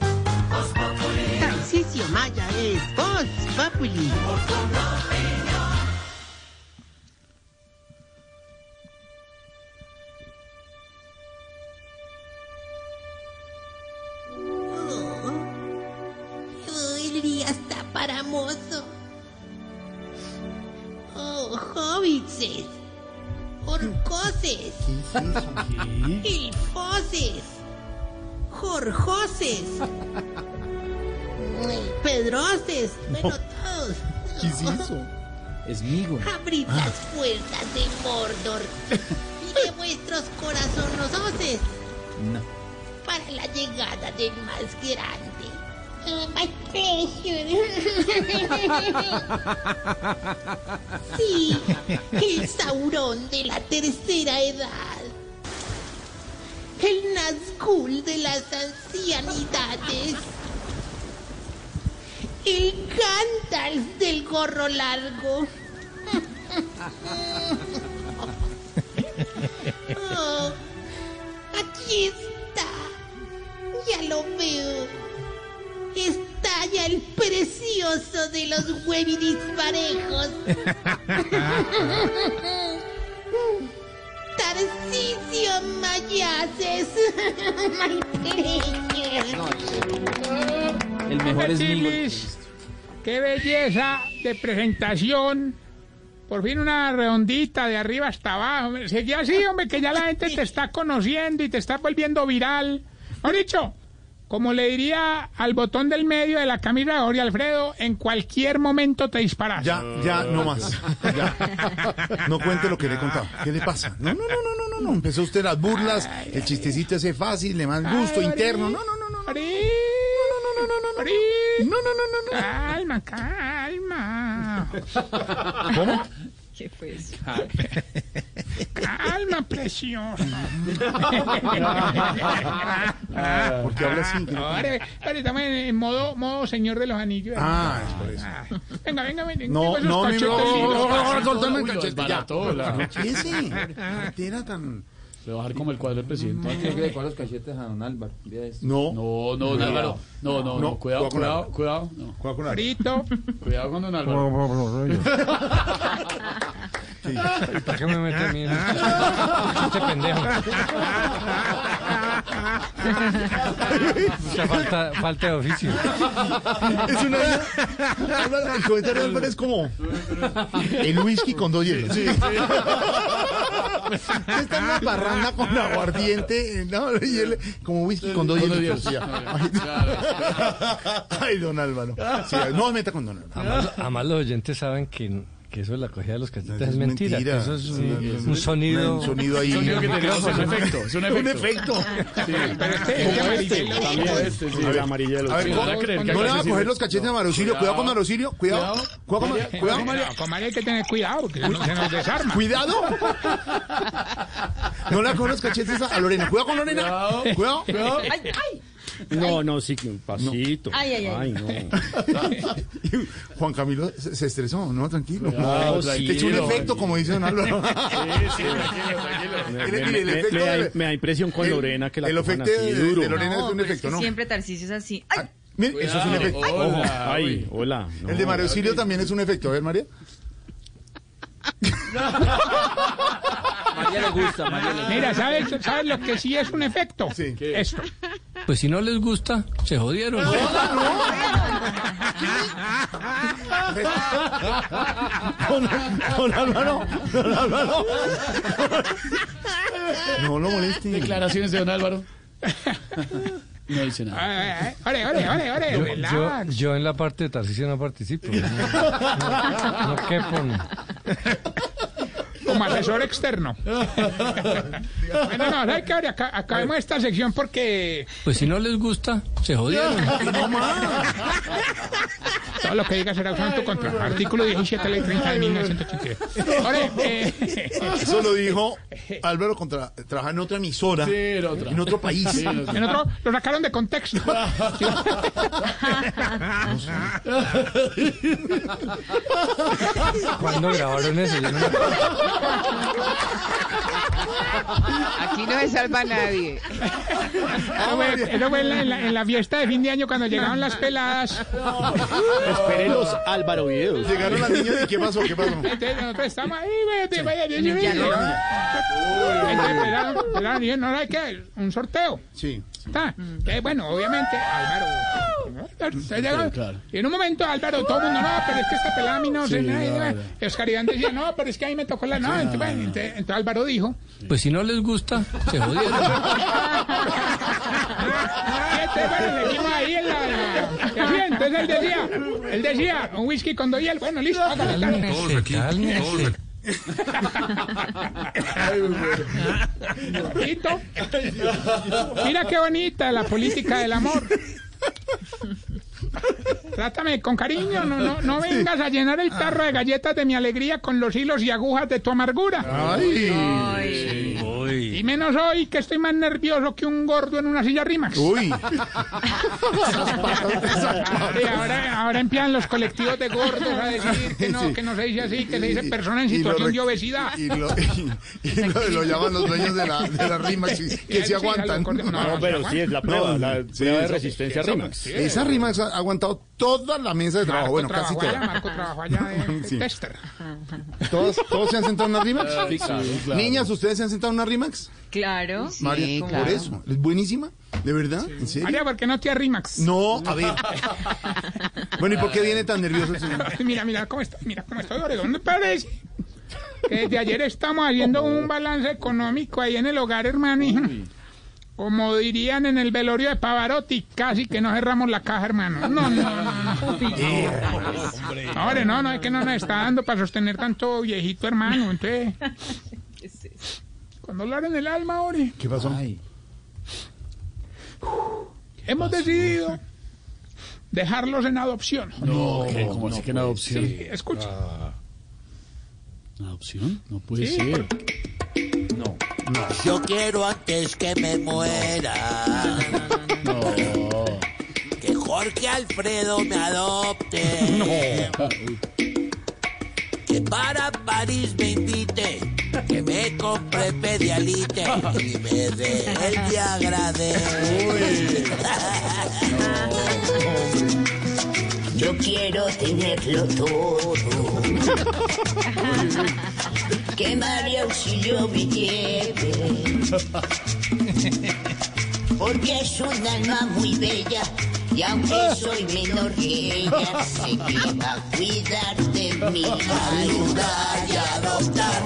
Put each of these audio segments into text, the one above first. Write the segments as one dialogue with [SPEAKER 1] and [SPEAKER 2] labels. [SPEAKER 1] Tarcisio Maya es Voz Populi.
[SPEAKER 2] Oh, Oh, el día está para mozo. Oh, hobbitses. Orcoses. Hilfoses. Jorjoses. Pedroses. Bueno, todos.
[SPEAKER 3] ¿Qué es eso?
[SPEAKER 4] Es Migo.
[SPEAKER 2] Abrid
[SPEAKER 3] Ah.
[SPEAKER 2] las puertas de Mordor y de vuestros corazonosos
[SPEAKER 4] No.
[SPEAKER 2] para la llegada del más grande. Oh, my treasure. sí, el Saurón de la tercera edad. El Nazgul de las ancianidades. El Gandalf del gorro largo. Oh, aquí está. Ya lo veo. Estalla el precioso de los huevinis parejos. Tarcicio Mayaces. My pleasure.
[SPEAKER 4] El mejor es Migo.
[SPEAKER 5] Chilis, qué belleza de presentación. Por fin una redondita de arriba hasta abajo. Hombre, Seguí así, hombre, que ya la gente te está conociendo y te está volviendo viral. Mejor dicho, como le diría al botón del medio de la camisa de Jorge Alfredo, en cualquier momento te disparas.
[SPEAKER 3] Ya, ya, no más. Ya. No cuente lo que le he contado. ¿Qué le pasa? No, no, no, no, no, no, no. Empezó usted las burlas, el chistecito ese fácil, le más gusto interno. No, no, no, no, no.
[SPEAKER 5] Ori,
[SPEAKER 3] No, no, no, no,
[SPEAKER 5] ori.
[SPEAKER 3] no, no, no, no, no.
[SPEAKER 5] Calma, calma.
[SPEAKER 3] ¿Cómo?
[SPEAKER 5] Calma, precioso.
[SPEAKER 3] ¿Por qué habla así?
[SPEAKER 5] Ahora, ahora estamos en, en modo, modo señor de los anillos.
[SPEAKER 3] Ah, es por eso.
[SPEAKER 5] Venga, venga, venga.
[SPEAKER 3] No,
[SPEAKER 5] tengo esos cachetes.
[SPEAKER 3] no, mi- no, no, no, no, soltame el
[SPEAKER 6] Uy, lo
[SPEAKER 3] cachete, ya.
[SPEAKER 6] desbarató, la-
[SPEAKER 3] No, ¿qué es ese? Cartera tan...
[SPEAKER 6] Le va a bajar como el cuadro del presidente.
[SPEAKER 4] Tiene que decorar los cachetes a don Álvaro. Vea eso.
[SPEAKER 3] No.
[SPEAKER 6] No, no, don Álvaro. No, no,
[SPEAKER 3] No,
[SPEAKER 6] no. Cuidado,
[SPEAKER 3] cuidado
[SPEAKER 6] cuidado, cuidado. no.
[SPEAKER 3] Juega con la-
[SPEAKER 5] Frito.
[SPEAKER 6] Cuidado con don Álvaro.
[SPEAKER 4] ¿Para qué me mete a mí?
[SPEAKER 5] Ah,
[SPEAKER 4] Este pendejo. Mucha falta, falta de oficio.
[SPEAKER 3] Es una. Álvaro, El comentario de Álvaro es como. El whisky con dos hielos. Está en una parranda con aguardiente. ¿no? Y él, como whisky con dos
[SPEAKER 6] Con dos
[SPEAKER 3] hielos.
[SPEAKER 6] hielos.
[SPEAKER 3] Ay, Ay, don Álvaro. Sí, no me meta con don Álvaro.
[SPEAKER 7] Además, además los oyentes saben que, que eso de la cogida de los cachetes
[SPEAKER 3] Eso
[SPEAKER 7] es,
[SPEAKER 3] es
[SPEAKER 7] mentira.
[SPEAKER 3] mentira.
[SPEAKER 7] que Eso es
[SPEAKER 3] Sí,
[SPEAKER 7] un,
[SPEAKER 3] es
[SPEAKER 7] un sonido.
[SPEAKER 3] Un sonido ahí.
[SPEAKER 6] Sonido que tenemos, es un efecto. Es un
[SPEAKER 3] Un
[SPEAKER 6] efecto.
[SPEAKER 3] efecto.
[SPEAKER 5] Pero este, este
[SPEAKER 6] Como este,
[SPEAKER 5] amarillo.
[SPEAKER 6] también este, sí.
[SPEAKER 3] ver,
[SPEAKER 6] amarillo.
[SPEAKER 3] A ver,
[SPEAKER 6] No
[SPEAKER 3] ¿cómo-
[SPEAKER 6] van a creer que
[SPEAKER 3] no le va
[SPEAKER 6] acá
[SPEAKER 3] a
[SPEAKER 6] sí
[SPEAKER 3] coger
[SPEAKER 6] se-
[SPEAKER 3] los cachetes a Marocilio. Cuidado con Marocilio. Cuidado. Cuidado con Cuidado con
[SPEAKER 5] Comadre, comadre, hay que tener cuidado porque se nos desarma.
[SPEAKER 3] Cuidado. No le cojas los cachetes a a Lorena. Cuidado con Lorena. Cuidado.
[SPEAKER 8] No, no, sí, que un pasito.
[SPEAKER 2] Ay, ay, ay.
[SPEAKER 8] no.
[SPEAKER 3] Juan Camilo se se estresó, no, tranquilo.
[SPEAKER 6] Cuidado,
[SPEAKER 3] Te echó un
[SPEAKER 6] tranquilo.
[SPEAKER 3] efecto, como dice don Álvaro.
[SPEAKER 6] Sí, sí, tranquilo, tranquilo.
[SPEAKER 3] Mire,
[SPEAKER 8] Me,
[SPEAKER 3] mire, el
[SPEAKER 8] me-
[SPEAKER 3] efecto
[SPEAKER 8] me da,
[SPEAKER 3] de-
[SPEAKER 8] me da impresión con
[SPEAKER 3] el-
[SPEAKER 8] Lorena que la
[SPEAKER 3] el
[SPEAKER 8] cojan
[SPEAKER 3] efecto
[SPEAKER 8] así
[SPEAKER 3] de-
[SPEAKER 8] duro.
[SPEAKER 3] de Lorena. es
[SPEAKER 9] No,
[SPEAKER 3] un
[SPEAKER 9] pero es
[SPEAKER 3] efecto,
[SPEAKER 9] que
[SPEAKER 3] ¿no?
[SPEAKER 9] Siempre Tarcisio es así. ¡Ay!
[SPEAKER 3] Mire, eso es un
[SPEAKER 6] Cuidado,
[SPEAKER 3] efecto.
[SPEAKER 6] hola,
[SPEAKER 8] Ay,
[SPEAKER 6] uy.
[SPEAKER 8] hola. no.
[SPEAKER 3] El de Mario Silio también es un efecto. A ver, María.
[SPEAKER 4] María le gusta, María le
[SPEAKER 5] Mira, ¿sabes, ¿sabes lo que sí es un efecto? Eh,
[SPEAKER 3] Sí.
[SPEAKER 5] Esto.
[SPEAKER 7] Pues si no les gusta, se jodieron.
[SPEAKER 3] Don, don Álvaro. Don Álvaro. No lo moleste.
[SPEAKER 6] Declaraciones de don Álvaro. No dice nada.
[SPEAKER 5] Ay, ay, ay. Ore, ore, ore, ore,
[SPEAKER 7] Yo, yo,
[SPEAKER 5] relax.
[SPEAKER 7] yo en la parte de Tarcisio no participo. No, no, no quepo. no.
[SPEAKER 5] Como asesor externo. Bueno, no, ¿sabe qué? Ahora aca- acabemos esta sección porque
[SPEAKER 6] Pues si no les gusta, se jodieron.
[SPEAKER 5] todo lo que diga será usado en tu contra. Artículo 17, ley 30 de 1983. Ahora, eh,
[SPEAKER 3] Eso lo dijo Álvaro contra trabaja en otra emisora,
[SPEAKER 6] Sí, era otra.
[SPEAKER 3] en otro país.
[SPEAKER 6] Sí, era otra.
[SPEAKER 5] en otro, lo sacaron de contexto.
[SPEAKER 7] ¿Cuándo grabaron eso? Yo no me acuerdo.
[SPEAKER 9] Aquí no se salva nadie.
[SPEAKER 3] Ah,
[SPEAKER 5] Eso fue, eso fue en, la, en la- en la fiesta de fin de año cuando llegaron las peladas.
[SPEAKER 8] Esperen los Álvaro videos.
[SPEAKER 3] Llegaron las niñas y ¿qué pasó? ¿Qué pasó?
[SPEAKER 5] Entonces nosotros estamos ahí, vete, vaya, yo yo- yo- Entonces esperaron, esperaron, y yo, no hay que, un sorteo.
[SPEAKER 3] Sí.
[SPEAKER 5] Está. Eh, bueno, obviamente, Álvaro. Usted llega-
[SPEAKER 6] claro.
[SPEAKER 5] Y en un momento Álvaro, todo el mundo, no, pero es que esta pelada a mí no sé
[SPEAKER 6] Sí,
[SPEAKER 5] nada. y
[SPEAKER 6] claro.
[SPEAKER 5] y Oscar Iván decía, no, pero es que ahí me tocó la. No, entonces, bueno, entonces- entonces Álvaro dijo.
[SPEAKER 6] Pues si no les gusta, se jodieron.
[SPEAKER 5] Ah, este, bueno, le dimos ahí en la. en la- Entonces él decía, él decía, un whisky con dos hiel, bueno, listo, hágale, hágale.
[SPEAKER 6] Cálmense.
[SPEAKER 5] Tito. Mira qué bonita la política del amor. Trátame con cariño, no, no, no vengas a llenar el tarro de galletas de mi alegría con los hilos y agujas de tu amargura.
[SPEAKER 3] Ay.
[SPEAKER 5] Y menos hoy que estoy más nervioso que un gordo en una silla rimax.
[SPEAKER 3] Uy.
[SPEAKER 5] Y ahora, ahora empiezan los colectivos de gordos a decir que no, que no se dice así, que se dice persona en
[SPEAKER 3] Y lo
[SPEAKER 5] situación
[SPEAKER 3] re-
[SPEAKER 5] de obesidad.
[SPEAKER 3] Y lo, y, y lo, lo llaman los dueños de la, de la rima que, que
[SPEAKER 5] Sí,
[SPEAKER 3] se aguantan.
[SPEAKER 5] algo- no,
[SPEAKER 3] No,
[SPEAKER 8] No, pero sí es la prueba,
[SPEAKER 3] No,
[SPEAKER 8] la
[SPEAKER 3] sí,
[SPEAKER 8] prueba de
[SPEAKER 3] eso-
[SPEAKER 8] resistencia
[SPEAKER 5] eso-
[SPEAKER 8] Rimax.
[SPEAKER 5] sí.
[SPEAKER 3] Esa rima ha aguantado toda la mesa de
[SPEAKER 5] Marco
[SPEAKER 3] trabajo. bueno, casi
[SPEAKER 5] trabajó allá,
[SPEAKER 3] toda.
[SPEAKER 5] Marco trabajó allá de
[SPEAKER 3] Sí.
[SPEAKER 5] tester.
[SPEAKER 3] ¿Todos, ¿Todos se han sentado en una Rimax?
[SPEAKER 8] Sí, claro.
[SPEAKER 3] Niñas, ¿ustedes se han sentado en una Rimax?
[SPEAKER 9] Claro.
[SPEAKER 3] María, por eso. ¿Es buenísima? ¿De verdad? ¿En serio?
[SPEAKER 5] María, ¿por qué no te arrimax?
[SPEAKER 3] No, a ver. Bueno, ¿y por qué viene tan nervioso el señor?
[SPEAKER 5] Ay, Pues Mira, mira cómo está, mira cómo está el Oregón. Me parece que desde ayer estamos haciendo un balance económico ahí en el hogar, hermano. y, Como dirían en el velorio de Pavarotti, casi que no cerramos la caja, hermano. No, no, no, no. Ahora, no, no, es que no nos está dando para sostener tanto viejito, hermano. Entonces, con dolor en el alma, Ore.
[SPEAKER 3] ¿Qué pasó?
[SPEAKER 5] Hemos decidido dejarlos en adopción.
[SPEAKER 6] No, ¿qué? ¿cómo así que en adopción?
[SPEAKER 5] Sí, escucha.
[SPEAKER 6] ¿En adopción? No puede ser.
[SPEAKER 1] Yo quiero antes que me muera. Que Jorge Alfredo me adopte. Que para París me invite. Que me compre pedialite. Y me dé el Viagra de. Yo quiero tenerlo todo. que María Auxilio me lleve. Porque es un alma muy bella. Y aunque soy menor que ella, sé que va a cuidar de mí, ayudar y adoptar.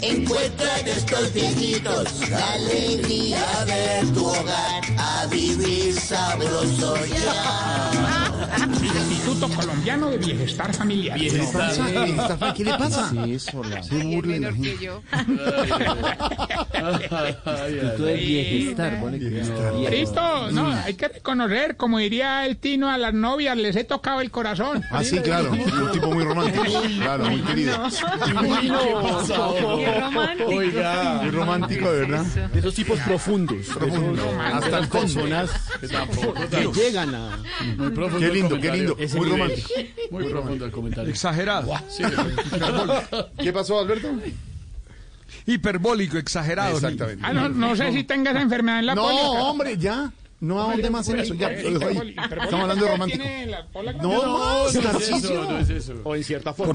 [SPEAKER 1] Encuentra en estos viejitos la alegría de tu hogar, a vivir sabroso ya.
[SPEAKER 5] Instituto Colombiano de Bienestar Familiar.
[SPEAKER 3] Estafa, ¿Qué le pasa? Se
[SPEAKER 9] Ay, es
[SPEAKER 3] burla de la
[SPEAKER 9] menor
[SPEAKER 3] gente.
[SPEAKER 9] que yo.
[SPEAKER 5] Listo, no, hay que reconocer, como diría el Tino a las novias, les he tocado el corazón.
[SPEAKER 3] Ah, sí, claro. Un tipo muy romántico. Claro, muy querido.
[SPEAKER 9] Qué romántico.
[SPEAKER 3] Muy romántico, de verdad.
[SPEAKER 8] De esos tipos profundos.
[SPEAKER 3] Profundo. Hasta el fondo.
[SPEAKER 8] Que llegan a.
[SPEAKER 6] Muy profundo
[SPEAKER 3] Qué
[SPEAKER 6] el
[SPEAKER 3] lindo, qué
[SPEAKER 6] comentario.
[SPEAKER 3] lindo.
[SPEAKER 8] Ese
[SPEAKER 3] Muy
[SPEAKER 8] nivel.
[SPEAKER 3] romántico.
[SPEAKER 6] Muy profundo el comentario.
[SPEAKER 4] Exagerado.
[SPEAKER 3] ¿Qué pasó, Alberto?
[SPEAKER 4] Hiperbólico, exagerado.
[SPEAKER 3] Exactamente.
[SPEAKER 5] Ah, no, no sé si tenga esa enfermedad en la
[SPEAKER 3] No,
[SPEAKER 5] pólica.
[SPEAKER 3] hombre, ya. No ahonde más en eso. Ya, lo dejo ahí. Estamos hablando de romántico.
[SPEAKER 5] ¿Tiene la pola grande?
[SPEAKER 3] No, más, Tarcisio.
[SPEAKER 8] O en cierta forma.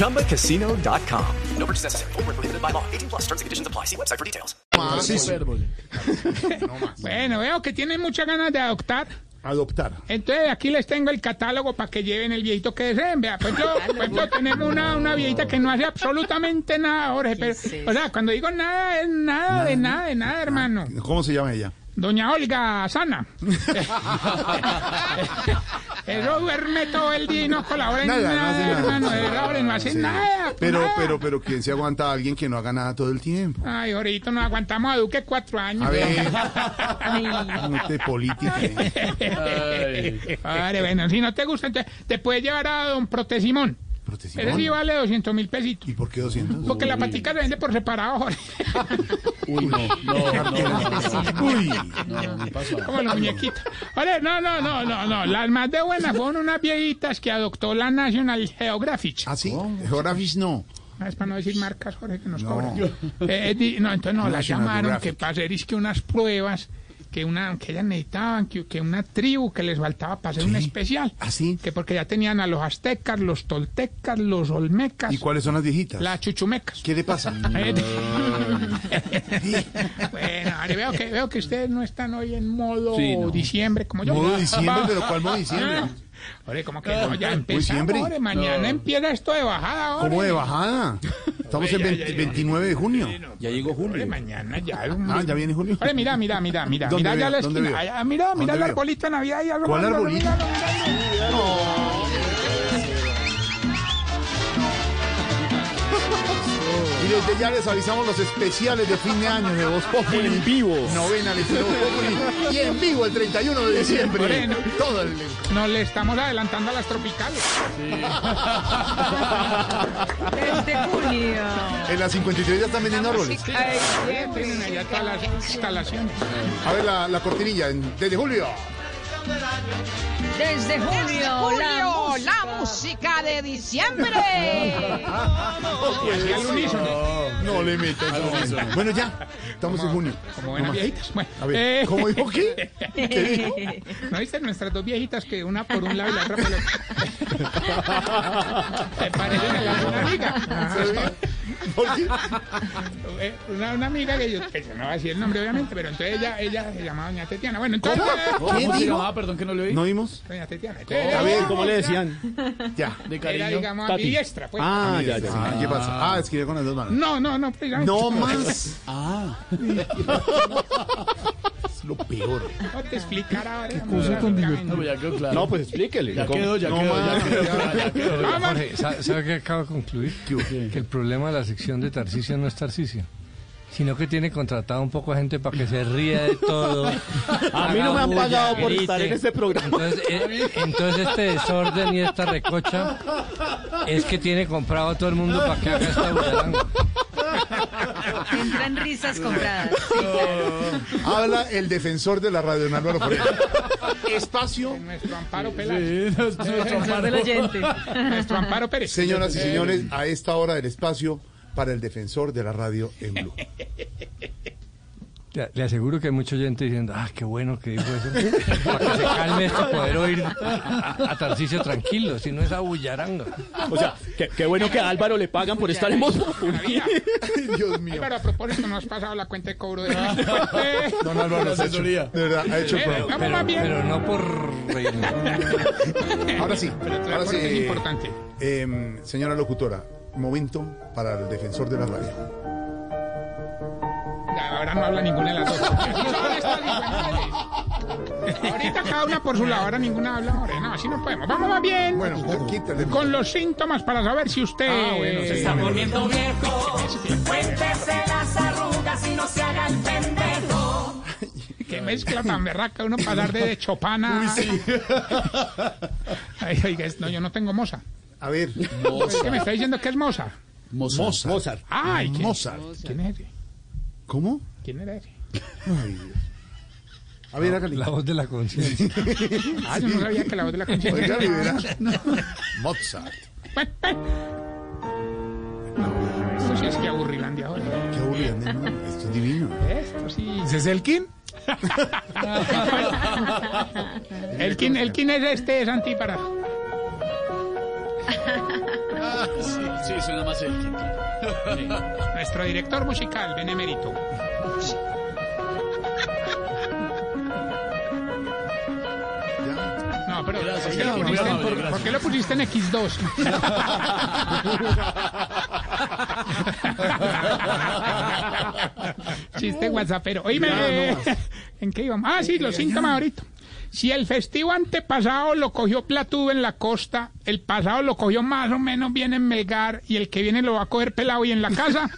[SPEAKER 10] ChumbaCasino.com. No purchase necessary. Void where prohibited by law. 18 plus terms and conditions apply. See website for details.
[SPEAKER 3] Tarcisio.
[SPEAKER 5] Bueno, veo que tiene muchas ganas de adoptar.
[SPEAKER 3] Adoptar.
[SPEAKER 5] Entonces aquí les tengo el catálogo para que lleven el viejito que deseen. Vea, pues yo, pues yo tenemos una, una viejita que no hace absolutamente nada, Jorge. Pero, o sea, cuando digo nada, es nada, de nada, de nada, hermano.
[SPEAKER 3] ¿Cómo se llama ella?
[SPEAKER 5] Doña Olga Sana. Eso duerme todo el día y no colabora en
[SPEAKER 3] Nada,
[SPEAKER 5] nada,
[SPEAKER 3] no hace nada.
[SPEAKER 5] hermano. De verdad, hombre, no hace
[SPEAKER 3] Sí.
[SPEAKER 5] nada. pues
[SPEAKER 3] Pero,
[SPEAKER 5] nada.
[SPEAKER 3] pero, pero, ¿quién se aguanta a alguien que no haga nada todo el tiempo?
[SPEAKER 5] Ay, ahorita nos aguantamos a Duque cuatro años.
[SPEAKER 3] A ver, no te política.
[SPEAKER 5] Vale, bueno, si no te gusta, entonces te puedes llevar a don Protesimón.
[SPEAKER 3] Protesimón.
[SPEAKER 5] Ese sí vale 200 mil pesitos.
[SPEAKER 3] ¿Y por qué 200?
[SPEAKER 5] Porque la patica se vende por separado, Jorge.
[SPEAKER 6] Uy, no, no, no, no, no.
[SPEAKER 3] Uy,
[SPEAKER 6] No, ¿qué pasa?
[SPEAKER 5] Como la muñequita. Oye, no, no, no, no, no. Las más de buenas fueron unas viejitas que adoptó la National Geographic.
[SPEAKER 3] así, Geographic no.
[SPEAKER 5] Ah, Es para no decir marcas, Jorge, que nos
[SPEAKER 3] No.
[SPEAKER 5] cobran. Eh, eh, di- no, entonces no, las
[SPEAKER 3] National
[SPEAKER 5] llamaron
[SPEAKER 3] Geographic.
[SPEAKER 5] que para hacer es que unas pruebas que una que ellas necesitaban, que, que una tribu que les faltaba para hacer un especial.
[SPEAKER 3] Así.
[SPEAKER 5] Que porque ya tenían a los aztecas, los toltecas, los olmecas,
[SPEAKER 3] ¿Y cuáles son las viejitas?
[SPEAKER 5] las chuchumecas.
[SPEAKER 3] ¿Qué le pasa?
[SPEAKER 5] Eh, bueno, ahora veo que, veo que ustedes no están hoy en modo
[SPEAKER 6] Sí, no.
[SPEAKER 5] diciembre como yo.
[SPEAKER 3] Modo diciembre,
[SPEAKER 5] Va-
[SPEAKER 3] pero ¿cuál modo diciembre?
[SPEAKER 5] Oye, como que no, ya empezamos,
[SPEAKER 3] diciembre.
[SPEAKER 5] hombre, mañana empieza esto de bajada, hombre.
[SPEAKER 3] ¿Cómo de bajada? Estamos en 20 29 de junio.
[SPEAKER 6] Ya llegó
[SPEAKER 5] Hombre,
[SPEAKER 6] Julio.
[SPEAKER 5] mañana ya.
[SPEAKER 3] Ah, ya viene junio.
[SPEAKER 5] Oye, mira, mira, mira, mira,
[SPEAKER 3] ¿Dónde
[SPEAKER 5] mira ya
[SPEAKER 3] veo?
[SPEAKER 5] la
[SPEAKER 3] ¿Dónde
[SPEAKER 5] esquina.
[SPEAKER 3] veo?
[SPEAKER 5] Allá, mira,
[SPEAKER 3] ¿Dónde
[SPEAKER 5] mira el
[SPEAKER 3] veo?
[SPEAKER 5] arbolito de Navidad y algo
[SPEAKER 3] ¿Cuál
[SPEAKER 5] más,
[SPEAKER 3] arbolito?
[SPEAKER 5] míralo, míralo.
[SPEAKER 3] Y desde ya les avisamos los especiales de fin de año de Voz Populi.
[SPEAKER 8] En vivo.
[SPEAKER 3] Novena de Voz Populi. Y en vivo el 31 de diciembre.
[SPEAKER 5] Moreno.
[SPEAKER 3] Todo el elenco.
[SPEAKER 5] Nos le estamos adelantando a las tropicales.
[SPEAKER 9] Desde junio.
[SPEAKER 3] En la 53 ya están vendiendo árboles.
[SPEAKER 9] Ay,
[SPEAKER 5] Tienen allá todas las instalaciones.
[SPEAKER 3] A ver la, la cortinilla, en- desde julio.
[SPEAKER 9] Desde junio, la, música de diciembre.
[SPEAKER 5] Y al unísono.
[SPEAKER 3] No le metas. no. Bueno, ya. Estamos en junio.
[SPEAKER 5] Como buenas
[SPEAKER 3] No más.
[SPEAKER 5] viejitas. Bueno,
[SPEAKER 3] A ver,
[SPEAKER 5] eh,
[SPEAKER 3] ¿cómo dijo qué? ¿Qué dijo?
[SPEAKER 5] ¿No viste nuestras dos viejitas que una por un lado y la otra por el otro? ¿Te parecen a la de una amiga?
[SPEAKER 3] ¿Se ve? ¿Por qué?
[SPEAKER 5] Eh, Una, una amiga que yo, que yo no voy a decir el nombre obviamente, pero entonces ella, ella se llamaba Doña Tetiana. Bueno, entonces... eh,
[SPEAKER 3] ¿Quién
[SPEAKER 6] ¿Cómo se
[SPEAKER 3] dijo?
[SPEAKER 6] llamaba? Perdón que no le oí.
[SPEAKER 3] ¿No vimos?
[SPEAKER 5] Doña Tetiana. Entonces,
[SPEAKER 3] A ver,
[SPEAKER 8] ¿Cómo le decían?
[SPEAKER 3] ya.
[SPEAKER 6] De
[SPEAKER 5] Era,
[SPEAKER 6] cariño.
[SPEAKER 5] digamos,
[SPEAKER 8] Tati.
[SPEAKER 5] ambidiestra, pues.
[SPEAKER 8] Ah, ya, ya.
[SPEAKER 3] Ah, ¿Qué pasa? Ah, escribió con las dos manos.
[SPEAKER 5] No, no, pues, no, precisamente.
[SPEAKER 3] No más. Ah. Es lo peor.
[SPEAKER 5] No te explicará ahora.
[SPEAKER 6] No, pues ya quedó claro.
[SPEAKER 8] No, pues explíquele.
[SPEAKER 6] ya
[SPEAKER 8] ¿Cómo?
[SPEAKER 6] quedó, ya
[SPEAKER 3] No
[SPEAKER 6] quedó,
[SPEAKER 3] más.
[SPEAKER 6] ya quedó, ya ya quedó.
[SPEAKER 7] Jorge, ¿sa- ¿sabe qué acabo de concluir? Que el problema de la sección de Tarcicio no es Tarcicio, sino que tiene contratado un poco de gente para que se ría de todo.
[SPEAKER 8] A mí no me han pagado por estar en este programa.
[SPEAKER 7] Entonces, eh, entonces este desorden y esta recocha es que tiene comprado a todo el mundo para que haga esta burlada.
[SPEAKER 9] Entran risas compradas.
[SPEAKER 3] Habla el defensor de la radio, don Álvaro Forero. Espacio,
[SPEAKER 5] Nuestro Amparo Peláez.
[SPEAKER 9] Del oyente.
[SPEAKER 5] Nuestro Amparo Pérez.
[SPEAKER 3] señoras y señores, a esta hora del espacio para el defensor de la radio en Blue.
[SPEAKER 7] Le, le aseguro que hay mucha gente diciendo, ah, qué bueno que dijo eso. Para que se calme esto, poder oír a, a Tarcicio tranquilo, si no es abullaranga.
[SPEAKER 8] O sea, qué, qué bueno que a Álvaro le pagan por estar en Voz Populi.
[SPEAKER 5] María.
[SPEAKER 3] Dios
[SPEAKER 5] Ay,
[SPEAKER 3] mío.
[SPEAKER 5] Pero a propósito, no has pasado la eh, cuenta de cobro de.
[SPEAKER 3] Don Álvaro, se ha hecho, de
[SPEAKER 6] Asesoría.
[SPEAKER 3] verdad, ha hecho el
[SPEAKER 5] Pero-
[SPEAKER 3] programa.
[SPEAKER 7] Pero, pero no por reírme.
[SPEAKER 3] Ahora sí, ahora sí.
[SPEAKER 5] Es importante.
[SPEAKER 3] Em, señora locutora, momento para el defensor de la radio.
[SPEAKER 5] Ya, Ahora no habla ninguna de las dos. Así son estas igualdades. Ahorita cada una por su lado, ahora ninguna habla. Ahora no, así no podemos. Vamos más bien
[SPEAKER 3] Bueno, quítale.
[SPEAKER 5] con los síntomas para saber si usted.
[SPEAKER 3] Ah, bueno, sí. Está volviendo
[SPEAKER 5] Qué mezcla tan berraca uno pasar de Chopana. Ay, oiga, es- no, yo no tengo moza.
[SPEAKER 3] A ver,
[SPEAKER 5] ¿Qué me está diciendo que es moza?
[SPEAKER 6] Mozart.
[SPEAKER 3] Mozart.
[SPEAKER 6] Mozart.
[SPEAKER 5] Ay, ¿quién,
[SPEAKER 3] Mozart.
[SPEAKER 5] ¿quién es ese?
[SPEAKER 3] ¿Cómo?
[SPEAKER 5] ¿Quién era ese?
[SPEAKER 3] A ver, hágale.
[SPEAKER 7] La voz de la conciencia.
[SPEAKER 5] Ah, yo no sabía que la voz de la canción.
[SPEAKER 3] Oiga, Rivera. Mozart.
[SPEAKER 5] Eso sí es que aburrilandia ahora.
[SPEAKER 3] Qué aburrido, ¿no? Esto es divino.
[SPEAKER 5] Esto sí.
[SPEAKER 6] ¿Ese es el King?
[SPEAKER 5] El quién, el quién es este es antípara.
[SPEAKER 6] Sí, sí, suena más el King.
[SPEAKER 5] Nuestro director musical, benemérito. qué lo pusiste en, por- por qué lo pusiste en X2? Chiste guasapero. Oíme, eh, ¿en qué íbamos? Ah, sí, los síntomas ahorita. Si el festivo antepasado lo cogió Platudo en la costa, el pasado lo cogió más o menos bien en Melgar y el que viene lo va a coger pelado y en la casa.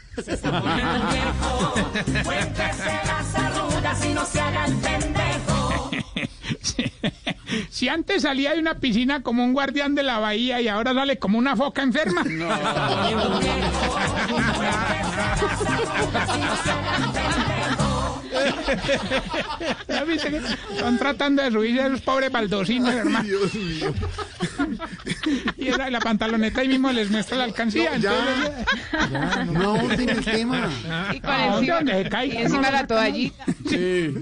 [SPEAKER 11] Cuéntese las arrugas y no se haga el pendejo.
[SPEAKER 5] Si antes salía de una piscina como un guardián de la bahía y ahora sale como una foca enferma. Ya viste que Están tratando de subirse a esos pobres baldocinos, hermano. Y era la pantaloneta ahí mismo les muestra la alcancía.
[SPEAKER 3] No, ya.
[SPEAKER 5] entonces-
[SPEAKER 3] No ahonden el tema.
[SPEAKER 9] Y con
[SPEAKER 5] ¿A dónde,
[SPEAKER 9] encima,
[SPEAKER 5] dónde se caiga?
[SPEAKER 9] y encima la toallita.
[SPEAKER 3] Sí.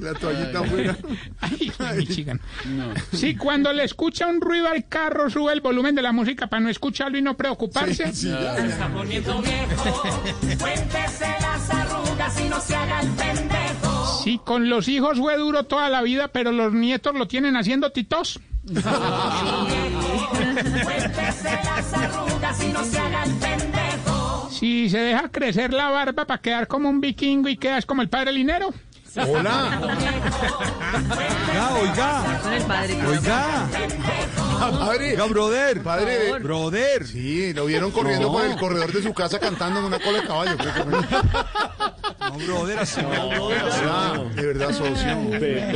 [SPEAKER 3] la toallita afuera.
[SPEAKER 5] Michigan. Sí, cuando le escucha un ruido al carro, sube el volumen de la música para no escucharlo y no preocuparse.
[SPEAKER 11] Se está poniendo viejo. Cuéntese las arrugas y no se haga el pendejo.
[SPEAKER 5] Sí, con los hijos fue duro toda la vida, pero los nietos lo tienen haciendo titos.
[SPEAKER 11] Cuéntese las arrugas y no se haga el pendejo.
[SPEAKER 5] Si se deja crecer la barba para quedar como un vikingo y quedas como el padre Linero.
[SPEAKER 3] Hola.
[SPEAKER 11] Oiga,
[SPEAKER 9] Con el padre.
[SPEAKER 11] oiga,
[SPEAKER 3] Padre.
[SPEAKER 12] brother.
[SPEAKER 3] Padre.
[SPEAKER 12] Brother.
[SPEAKER 3] Ah, Sí, lo vieron corriendo
[SPEAKER 12] No.
[SPEAKER 3] por el corredor de su casa cantando en una cola de caballo. creo que fue.
[SPEAKER 12] No, brother, así no.
[SPEAKER 3] Ah, de verdad, socio.